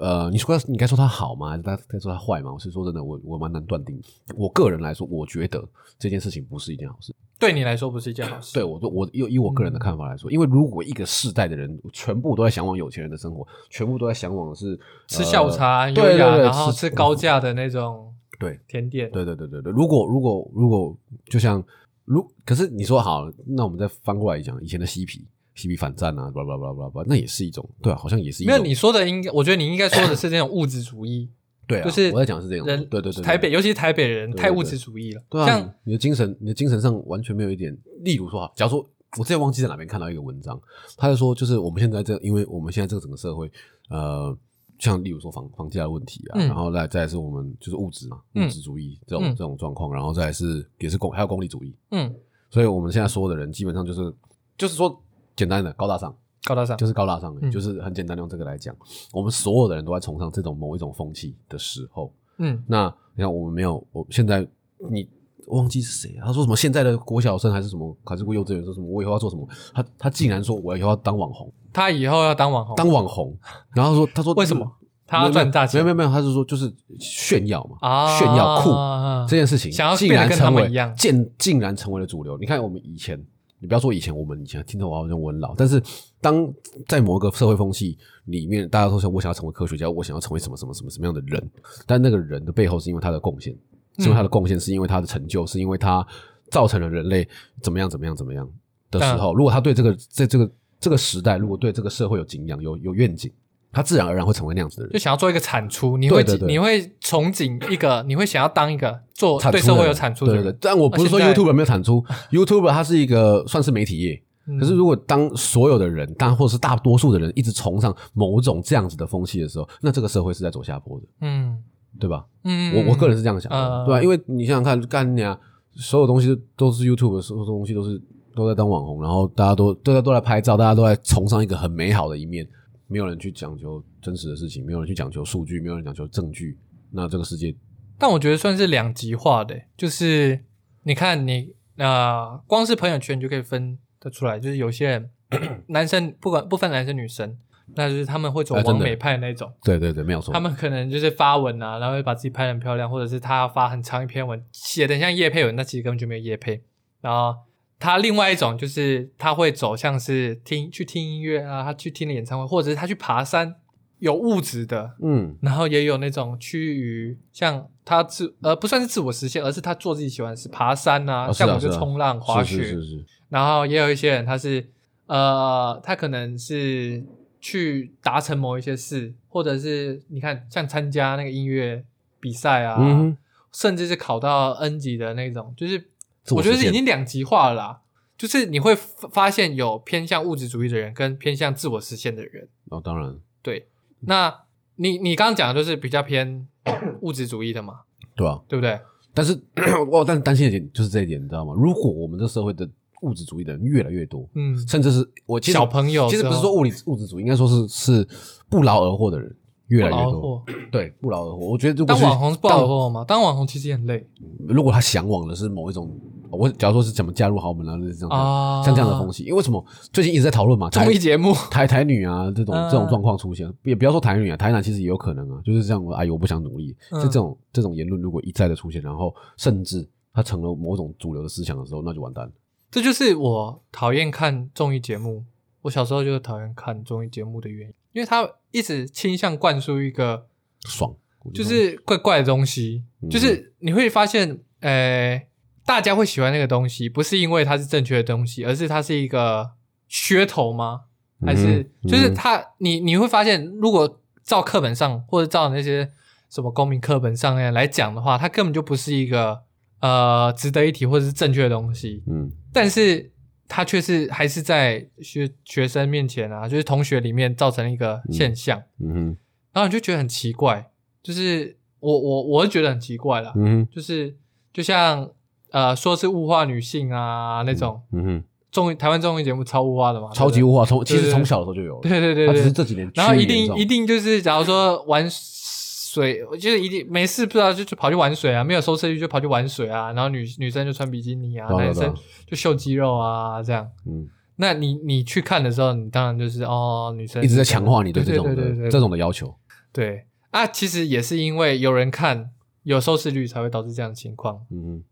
Speaker 2: 呃，你说它你该说它好吗？还是该该说它坏吗？我是说真的，我我蛮难断定。我个人来说，我觉得这件事情不是一件好事。
Speaker 1: 对你来说不是一件好事。
Speaker 2: 对我，我以以我个人的看法来
Speaker 1: 嗯
Speaker 2: 说，因为如果一个世代的人全部都在向往有钱人的生活，全部都在向往的是呃
Speaker 1: 吃下午，茶、优
Speaker 2: 对
Speaker 1: 雅，
Speaker 2: 对对
Speaker 1: 然后
Speaker 2: 吃
Speaker 1: 吃高价的那种
Speaker 2: 呃对
Speaker 1: 甜点。
Speaker 2: 对对对对对。如果如果如果，就像如可是你说好，那我们再翻过来讲，以前的嬉皮嬉皮反战啊，巴拉巴拉巴拉巴拉，那也是一种对啊，好像也是一
Speaker 1: 没
Speaker 2: 种
Speaker 1: 有你说的应该，我觉得你应该说的是这种物质主义，
Speaker 2: 对啊，
Speaker 1: 就是
Speaker 2: 我在讲的是这种
Speaker 1: 人
Speaker 2: 对对对对
Speaker 1: 台北，尤其是台北人
Speaker 2: 对对
Speaker 1: 太物质主义了。
Speaker 2: 对啊，
Speaker 1: 像
Speaker 2: 你的精神，你的精神上完全没有一点。例如说啊，假如说我之前忘记在哪边看到一个文章，他就说，就是我们现在这，因为我们现在这个整个社会，呃，像例如说房房价的问题啊，
Speaker 1: 嗯
Speaker 2: 然后再再来是我们就是物质嘛，
Speaker 1: 嗯
Speaker 2: 物质主义这种、
Speaker 1: 嗯
Speaker 2: 这种状况，然后再来是也是功还有功利主义，
Speaker 1: 嗯，
Speaker 2: 所以我们现在说的人基本上就是就是说简单的高大上，
Speaker 1: 高大上
Speaker 2: 就是高大上而已，
Speaker 1: 嗯
Speaker 2: 就是很简单地用这个来讲，我们所有的人都在崇尚这种某一种风气的时候，
Speaker 1: 嗯，
Speaker 2: 那你看，我们没有，我现在你忘记是谁、啊，他说什么现在的国小生还是什么，还是过幼稚园说什么，我以后要做什么？他他竟然说我以后要当网红，
Speaker 1: 他以后要当网红，
Speaker 2: 当网红，然后他说他说
Speaker 1: 为什么？他要赚大钱？
Speaker 2: 没有没有没有，他是说就是炫耀嘛，
Speaker 1: 啊，
Speaker 2: 炫耀酷
Speaker 1: 啊
Speaker 2: 这件事情，
Speaker 1: 想要
Speaker 2: 竟
Speaker 1: 变得
Speaker 2: 然
Speaker 1: 跟他
Speaker 2: 成
Speaker 1: 们
Speaker 2: 为
Speaker 1: 一样
Speaker 2: 竟竟然成为了主流。你看我们以前，你不要说以前，我们以前听着哦我好像我很老，但是当在某一个社会风气里面，大家都说我想要成为科学家，我想要成为什么什么什么什么样的人，但那个人的背后是因为他的贡献，
Speaker 1: 嗯
Speaker 2: 是因为他的贡献，是因为他的成就，是因为他造成了人类怎么样怎么样怎么样的时
Speaker 1: 嗯
Speaker 2: 候，如果他对这个在这个这个时代，如果对这个社会有敬仰、有有愿景，他自然而然会成为那样子的人
Speaker 1: 就。想要做一个产出，你会
Speaker 2: 对对对
Speaker 1: 你会憧憬一个，你会想要当一个做
Speaker 2: 产出
Speaker 1: 对
Speaker 2: 的
Speaker 1: 社会有
Speaker 2: 人
Speaker 1: 产出的
Speaker 2: 对对对
Speaker 1: 人。，
Speaker 2: 但我不是说
Speaker 1: 啊现在
Speaker 2: YouTube 没有产出，YouTube 它是一个算是媒体业。
Speaker 1: 嗯
Speaker 2: 可是，如果当所有的人，当或者是大多数的人一直崇尚某种这样子的风气的时候，那这个社会是在走下坡的，
Speaker 1: 嗯
Speaker 2: 对吧？
Speaker 1: 嗯，
Speaker 2: 我我个人是这样想的，
Speaker 1: 嗯
Speaker 2: 对吧？因为你想想看，干你啊，所有东西都是 YouTube，所有东西都是都在当网红，然后大家都大家都来拍照，大家都在崇尚一个很美好的一面，没有人去讲求真实的事情，没有人去讲求数据，没有人讲求证据，那这个世界
Speaker 1: 但我觉得算是两极化的欸，就是你看你呃，光是朋友圈你就可以分得出来，就是有些人 男生不管不分男生女生，那就是他们会走
Speaker 2: 哎真
Speaker 1: 完
Speaker 2: 的
Speaker 1: 美派那种，
Speaker 2: 对对对，没有错
Speaker 1: 他。们可能就是发文啊，然后会把自己拍得很漂亮，或者是他发很长一篇文，写的像叶佩文，那其实根本就没有叶佩。然后他另外一种就是他会走向是听去听音乐啊，他去听了演唱会，或者是他去爬山，有物质的，
Speaker 2: 嗯，
Speaker 1: 然后也有那种趋于像他自呃不算是自我实现，而是他做自己喜欢的事，爬山啊，
Speaker 2: 啊是啊
Speaker 1: 像我就是
Speaker 2: 啊
Speaker 1: 冲浪、滑雪，
Speaker 2: 是是是是
Speaker 1: 然后也有一些人他是呃他可能是去达成某一些事，或者是你看像参加那个音乐比赛啊，
Speaker 2: 嗯哼。
Speaker 1: 甚至是考到 N 级的那种，就是
Speaker 2: 自我
Speaker 1: 我觉得
Speaker 2: 实
Speaker 1: 是已
Speaker 2: 现
Speaker 1: 经两极化了啦。就是你会发发现有偏向物质主义的人跟偏向自我实现的人，
Speaker 2: 哦，当然，
Speaker 1: 对，
Speaker 2: 嗯
Speaker 1: 那你你刚刚讲的就是比较偏 物质主义的嘛，
Speaker 2: 对吧、啊？
Speaker 1: 对不对？
Speaker 2: 但是 我但担心的点就是这一点，你知道吗？如果我们这社会的物质主义的人越来越多，
Speaker 1: 嗯，
Speaker 2: 甚至是我其实
Speaker 1: 小朋友
Speaker 2: 其实
Speaker 1: 之
Speaker 2: 不是
Speaker 1: 后
Speaker 2: 说物理物质主义，应该说是是不劳而获的人越来越
Speaker 1: 不劳而
Speaker 2: 多。
Speaker 1: 获
Speaker 2: 对，不劳而获。我觉得如果
Speaker 1: 当
Speaker 2: 是
Speaker 1: 网红是不好获吗？当网红其实也很累，
Speaker 2: 如果他向往的是某一种，我我假如说是怎么加入豪门啊，就是这样、
Speaker 1: 啊
Speaker 2: 像这样的风气，因为为什么最近一直在讨论嘛，台
Speaker 1: 综艺节目，
Speaker 2: 台台女啊这种
Speaker 1: 嗯
Speaker 2: 这种状况出现，也不要说台女啊，台男其实也有可能啊，就是这样，哎呦，我不想努力，
Speaker 1: 嗯
Speaker 2: 就这种这种言论如果一再的出现，然后甚至它成了某种主流的思想的时候，那就完蛋了。
Speaker 1: 这就是我讨厌看综艺节目。我小时候就是讨厌看综艺节目的原因，因为他一直倾向灌输一个
Speaker 2: 爽，我
Speaker 1: 就
Speaker 2: 说
Speaker 1: 是怪怪的东西，
Speaker 2: 嗯
Speaker 1: 就是你会发现，呃，大家会喜欢那个东西，不是因为它是正确的东西，而是它是一个噱头吗？还是、
Speaker 2: 嗯哼
Speaker 1: 就是
Speaker 2: 嗯哼
Speaker 1: 它，你你会发现，如果照课本上或者照那些什么公民课本上面来讲的话，它根本就不是一个呃值得一提或者是正确的东西，
Speaker 2: 嗯
Speaker 1: 但是它却是还是在学学生面前啊，就是同学里面造成一个现象。
Speaker 2: 嗯哼
Speaker 1: 然后你就觉得很奇怪，就是我我我是觉得很奇怪啦，
Speaker 2: 嗯哼
Speaker 1: 就是就像呃说是物化女性啊那种
Speaker 2: 嗯哼，
Speaker 1: 综艺台湾综艺节目超物化的嘛，
Speaker 2: 超级
Speaker 1: 对不
Speaker 2: 物化，从其
Speaker 1: 对
Speaker 2: 实
Speaker 1: 对
Speaker 2: 从小的时候就有了，
Speaker 1: 对对对对
Speaker 2: 它只是
Speaker 1: 对
Speaker 2: 这几年
Speaker 1: 对，然后
Speaker 2: 趋于
Speaker 1: 一
Speaker 2: 严
Speaker 1: 定
Speaker 2: 重
Speaker 1: 一定就是假如说玩水，就是一定没事不知道就就跑去玩水啊，没有收视率就跑去玩水啊，然后女女生就穿比基尼啊，
Speaker 2: 对啊
Speaker 1: 男
Speaker 2: 对啊
Speaker 1: 生就秀肌肉啊这样。
Speaker 2: 嗯。
Speaker 1: 那你你去看的时候，你当然就是哦，女生
Speaker 2: 一直在强化你对这种
Speaker 1: 对对对对
Speaker 2: 的
Speaker 1: 对
Speaker 2: 这种的要求。
Speaker 1: 对啊，其实也是因为有人看，有收视率才会导致这样的情况。
Speaker 2: 嗯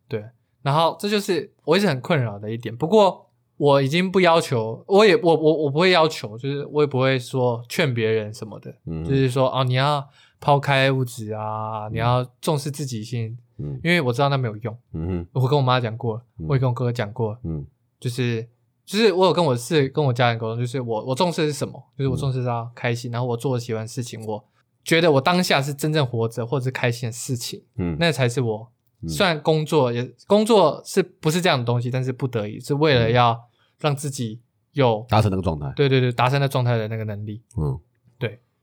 Speaker 1: 然后这就是我一直很困扰的一点。不过我已经不要求，我也我我我不会要求，就是我也不会说劝别人什么的，
Speaker 2: 嗯
Speaker 1: 就是说哦，你要抛开物质啊，你要重视自己心，
Speaker 2: 嗯
Speaker 1: 因为我知道那没有用。
Speaker 2: 嗯
Speaker 1: 我跟我妈讲过了，
Speaker 2: 嗯
Speaker 1: 我也跟我哥哥讲过了，
Speaker 2: 嗯
Speaker 1: 就是。就是我有跟我是跟我家人沟通，就是我我重视是什么？就是我
Speaker 2: 嗯
Speaker 1: 重视到开心，然后我做我喜欢的事情，我觉得我当下是真正活着或者是开心的事情，
Speaker 2: 嗯，
Speaker 1: 那才是我
Speaker 2: 嗯
Speaker 1: 虽然工作也工作是不是这样的东西，但是不得已是为
Speaker 2: 嗯
Speaker 1: 了要让自己有、
Speaker 2: 达成那个状态。
Speaker 1: 对对对达成那状态的那个能力，
Speaker 2: 嗯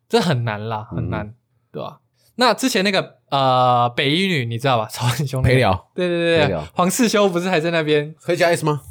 Speaker 1: 这很难啦，
Speaker 2: 嗯
Speaker 1: 很难，对吧、那之前那个呃北一女你知道吧， 超人兄弟
Speaker 2: 陪，聊
Speaker 1: 对对对
Speaker 2: 陪
Speaker 1: 对
Speaker 2: 聊，
Speaker 1: 黄世修不是还在那边
Speaker 2: 可以加 S 吗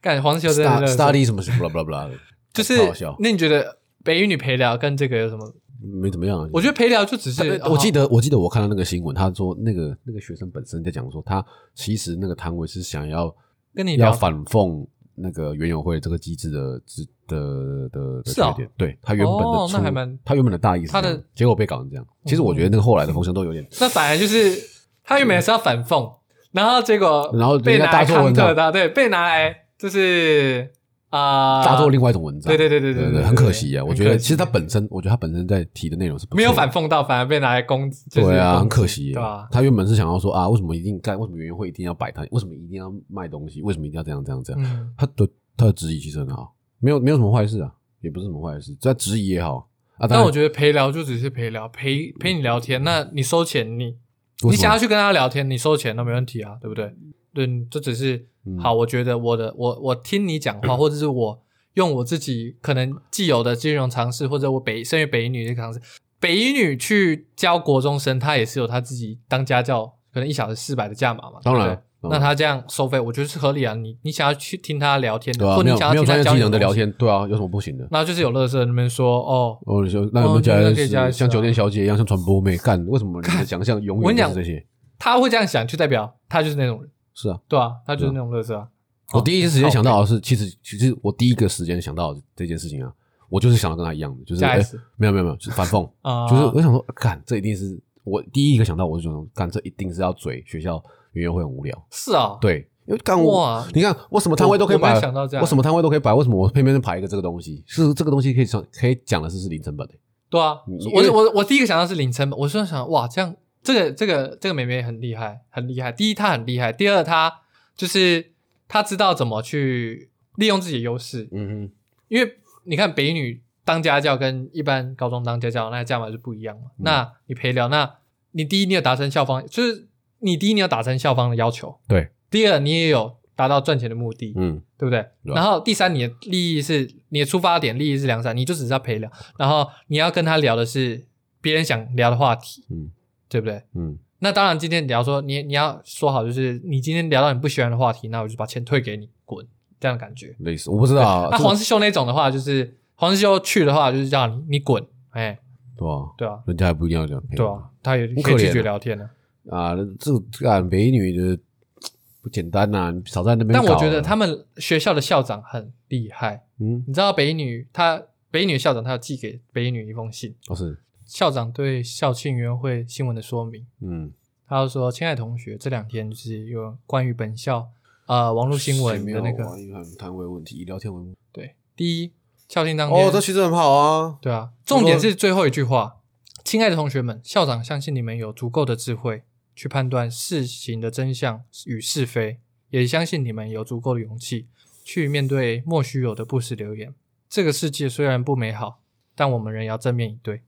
Speaker 1: 干黄世修真的热
Speaker 2: ？Stud-？Study 什么什么 blah blah blah，
Speaker 1: 就是
Speaker 2: 超好笑
Speaker 1: 那你觉得北一女陪聊跟这个有什么？
Speaker 2: 没怎么样啊。
Speaker 1: 我觉得陪聊就只
Speaker 2: 他
Speaker 1: 是哦
Speaker 2: 我记
Speaker 1: 得
Speaker 2: 得我记得我看到那个新闻，他说那个那个学生本身在讲说，他其实那个摊位是想要
Speaker 1: 跟你
Speaker 2: 要
Speaker 1: 聊
Speaker 2: 反讽那个园友会这个机制的之的的的
Speaker 1: 是哦
Speaker 2: 缺点。对他原本
Speaker 1: 哦
Speaker 2: 的
Speaker 1: 那还
Speaker 2: 出
Speaker 1: 蛮
Speaker 2: 他原本的大意是
Speaker 1: 他
Speaker 2: 这样
Speaker 1: 的嗯
Speaker 2: 结果被搞成这样。其实我觉得那个后来的风声都有点
Speaker 1: 那反而就是 他原本是要反讽，然后结果
Speaker 2: 然后
Speaker 1: 被
Speaker 2: 人家
Speaker 1: 拿来
Speaker 2: 大做
Speaker 1: 康
Speaker 2: 文章
Speaker 1: 特的，对，被拿来就是啊，
Speaker 2: 大做另外一种文章。
Speaker 1: 对对对对
Speaker 2: 对
Speaker 1: 对
Speaker 2: 对，很可惜啊！我觉
Speaker 1: 很
Speaker 2: 得
Speaker 1: 可惜
Speaker 2: 其实他本身，我觉得他本身在提的内容是不错的
Speaker 1: 没有反，讽到，反而被拿来攻，就是
Speaker 2: 对啊，
Speaker 1: 攻
Speaker 2: 很可
Speaker 1: 击
Speaker 2: 惜耶。
Speaker 1: 对吧？
Speaker 2: 他原本是想要说啊，为什么一定干？为什么园会一定要摆摊？为什么一定要卖东西？为什么一定要这样这样这样？
Speaker 1: 嗯，
Speaker 2: 他的他的质疑其实很好，没有没有什么坏事啊，也不是什么坏事，在质疑也好啊。
Speaker 1: 但我觉
Speaker 2: 觉
Speaker 1: 得陪聊就只是陪聊，陪陪你聊天，那你收钱你。
Speaker 2: 得
Speaker 1: 你想要去跟他聊天，你收钱都没问题啊，对不对？对，你这只是、
Speaker 2: 嗯
Speaker 1: 好，我觉得我的我我听你讲话，或者是我用我自己可能既有的金融常识，或者我北身为北一女这个常识，北一女去教国中生，她也是有她自己当家教，可能一小时四百的价码嘛，
Speaker 2: 当然
Speaker 1: 对不对
Speaker 2: 当
Speaker 1: 那
Speaker 2: 然
Speaker 1: 她这样收费，我觉得是合理啊。你你想要去听她聊天，
Speaker 2: 对啊，
Speaker 1: 或
Speaker 2: 没
Speaker 1: 你
Speaker 2: 有
Speaker 1: 想要
Speaker 2: 没有
Speaker 1: 听她
Speaker 2: 专业
Speaker 1: 教
Speaker 2: 技
Speaker 1: 你
Speaker 2: 能在聊
Speaker 1: 东西，
Speaker 2: 天，对啊，有什么不行的？
Speaker 1: 然后就是有乐色那边说哦，
Speaker 2: 哦，你说那有没有加
Speaker 1: 哦那
Speaker 2: S？
Speaker 1: 可以加 S 啊
Speaker 2: 像酒店小姐一样，像传播妹干？为什么你的奖项永
Speaker 1: 我跟
Speaker 2: 远
Speaker 1: 你讲
Speaker 2: 都是这些？
Speaker 1: 她会这样想，就代表她就是那种人，
Speaker 2: 是啊，
Speaker 1: 对啊，她就是那种乐色啊。
Speaker 2: 我第一时
Speaker 1: 好
Speaker 2: 间想到的是，其实其实我第一个时间想到的这件事情啊，我就是想到跟他一样的，就是
Speaker 1: 加
Speaker 2: 哎
Speaker 1: S
Speaker 2: 没有没有没有，是反讽，
Speaker 1: 啊，
Speaker 2: 就是我想说，干这一定是我第一个想到，我就想说，干这一定是要嘴学校园游会很无聊，
Speaker 1: 是啊，
Speaker 2: 对，因为干我。
Speaker 1: 哇，
Speaker 2: 你看，我什么摊位都可以
Speaker 1: 我我
Speaker 2: 摆，
Speaker 1: 没想到这样
Speaker 2: 我什么摊位都可以摆，为什么我偏偏排一个这个东西？是这个东西可以讲，可以讲的是是零成本的、
Speaker 1: 对啊，
Speaker 2: 你
Speaker 1: 我
Speaker 2: 因为
Speaker 1: 我我第一个想到是零成本，我就想哇，这样这个这个这个妹妹很厉害，很厉害。第一她很厉害，第二她就是她知道怎么去利用自己的优势，
Speaker 2: 嗯
Speaker 1: 因为你看北女当家教跟一般高中当家教那价码是不一样嘛。
Speaker 2: 嗯
Speaker 1: 那你陪聊，那你第一你有达成校方，就是你第一你有达成校方的要求，
Speaker 2: 对。
Speaker 1: 第二你也有达到赚钱的目的，
Speaker 2: 哼，嗯，
Speaker 1: 对不对？
Speaker 2: 对啊
Speaker 1: 然后第三，你的利益是你的出发点利益是良善，你就只是要陪聊，然后你要跟他聊的是别人想聊的话题，
Speaker 2: 嗯
Speaker 1: 对不对？
Speaker 2: 嗯
Speaker 1: 那当然，今天聊说你你要说好，就是你今天聊到你不喜欢的话题，那我就把钱退给你，滚，这样的感觉。
Speaker 2: 类似，我不知道啊，
Speaker 1: 那
Speaker 2: 这个
Speaker 1: 黄师兄那种的话，就是黄师兄去的话，就是叫你你滚，哎，
Speaker 2: 对啊，
Speaker 1: 对啊，
Speaker 2: 人家还不一定要讲，
Speaker 1: 对啊，他也
Speaker 2: 很
Speaker 1: 可以
Speaker 2: 可
Speaker 1: 拒
Speaker 2: 怜
Speaker 1: 绝
Speaker 2: 啊
Speaker 1: 聊天的、
Speaker 2: 啊，这个啊，美女的不简单呐、你少在那边搞
Speaker 1: 但
Speaker 2: 啊了。
Speaker 1: 我觉得他们学校的校长很厉害，
Speaker 2: 嗯，
Speaker 1: 你知道北一女她北一女校长她有寄给北一女一封信，
Speaker 2: 哦是，
Speaker 1: 校长对校庆园会新闻的说明，
Speaker 2: 嗯，
Speaker 1: 他就说：“亲爱的同学，这两天就是有关于本校呃网络新闻
Speaker 2: 没
Speaker 1: 的
Speaker 2: 有
Speaker 1: 那个
Speaker 2: 啊因为摊位问题，以聊天为目的。
Speaker 1: 对，第一校庆当天
Speaker 2: 哦，这其实很好啊。
Speaker 1: 对啊，重点是最后一句话：亲爱的同学们，校长相信你们有足够的智慧去判断事情的真相与是非，也相信你们有足够的勇气去面对莫须有的不实流言。这个世界虽然不美好，但我们仍要正面以对。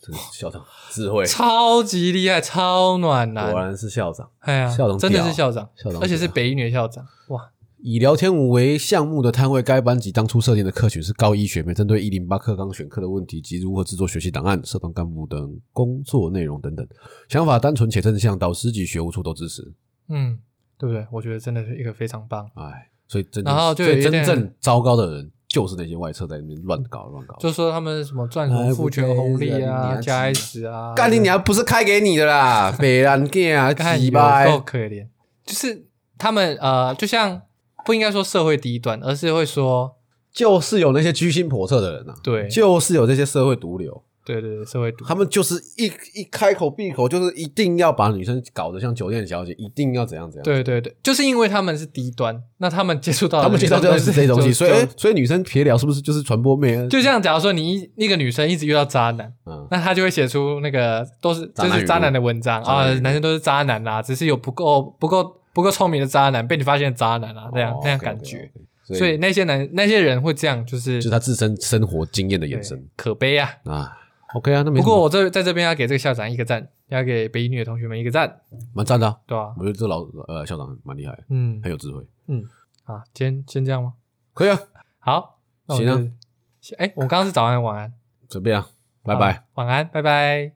Speaker 2: 这个校长智慧，
Speaker 1: 超级厉害，超暖
Speaker 2: 果
Speaker 1: 男，
Speaker 2: 然是校长。
Speaker 1: 哎呀，
Speaker 2: 校长
Speaker 1: 真的
Speaker 2: 屌
Speaker 1: 是校长，
Speaker 2: 校长
Speaker 1: 而且是
Speaker 2: 屌
Speaker 1: 北一女的校长，哇，
Speaker 2: 以聊天舞为项目的摊位，该班级当初设定的课群是高一学妹针对一零八课纲选课的问题及如何制作学习档案、社团干部等工作内容等等，想法单纯且正向，导师及学务处都支持。
Speaker 1: 嗯，对不对？我觉得真的是一个非常棒。
Speaker 2: 哎，所以真正
Speaker 1: 然后就
Speaker 2: 所
Speaker 1: 有
Speaker 2: 以
Speaker 1: 一
Speaker 2: 真
Speaker 1: 点
Speaker 2: 正糟糕的人就是那些外侧在那边乱搞乱搞。
Speaker 1: 就说他们什么赚什
Speaker 2: 哎
Speaker 1: 么
Speaker 2: 不
Speaker 1: 父权红
Speaker 2: 对
Speaker 1: 利
Speaker 2: 人
Speaker 1: 啊、
Speaker 2: 家
Speaker 1: 加
Speaker 2: 急
Speaker 1: S 啊，
Speaker 2: 干你娘！不是开给你的啦，北兰店啊，
Speaker 1: 看
Speaker 2: 鸡
Speaker 1: 有
Speaker 2: 巴
Speaker 1: 够可怜。就是他们呃，就像不应该说社会低端，而是会说
Speaker 2: 就是有那些居心叵测的人啊，
Speaker 1: 对
Speaker 2: 就是有这些社会毒瘤，
Speaker 1: 对对对，社会毒。
Speaker 2: 他们就是一一开口闭口就是一定要把女生搞得像酒店小姐，一定要怎样怎样。，
Speaker 1: 对对啊对，就是因为他们是低端，那他们接触到的
Speaker 2: 他们介绍
Speaker 1: 女生
Speaker 2: 就是这些东西，
Speaker 1: 就
Speaker 2: 所以
Speaker 1: 啊就
Speaker 2: 哎所以女生撇聊是不是就是传播妹啊？
Speaker 1: 就像假如说你一一个女生一直遇到渣男，
Speaker 2: 嗯，
Speaker 1: 那她就会写出那个都是
Speaker 2: 渣
Speaker 1: 就
Speaker 2: 男
Speaker 1: 是
Speaker 2: 语录
Speaker 1: 渣男的文章
Speaker 2: 渣男
Speaker 1: 啊
Speaker 2: 语，录
Speaker 1: 男生都是渣男啦，只是有不够不够不够聪明的渣男被你发现的渣男啊，这样
Speaker 2: 哦
Speaker 1: 那样
Speaker 2: OK，OK，OK
Speaker 1: 感觉。
Speaker 2: 所
Speaker 1: 所以
Speaker 2: 以
Speaker 1: 那些男那些人会这样，就是
Speaker 2: 就是他自身生活经验的
Speaker 1: 对
Speaker 2: 延伸
Speaker 1: 可悲啊。
Speaker 2: 啊。OK 啊，那
Speaker 1: 不
Speaker 2: 没什么
Speaker 1: 过我这在这边要给这个校长一个赞，要给北一女的同学们一个赞，
Speaker 2: 蛮赞的啊，
Speaker 1: 对吧、
Speaker 2: 我觉得这老呃校长蛮厉害，
Speaker 1: 嗯，
Speaker 2: 很有智慧。
Speaker 1: 啊，今天先这样吗？
Speaker 2: 可以啊，
Speaker 1: 好，那我们
Speaker 2: 行啊
Speaker 1: 就，哎、我刚刚是早安晚安，
Speaker 2: 随便啊，拜拜。
Speaker 1: 好，晚安，拜拜。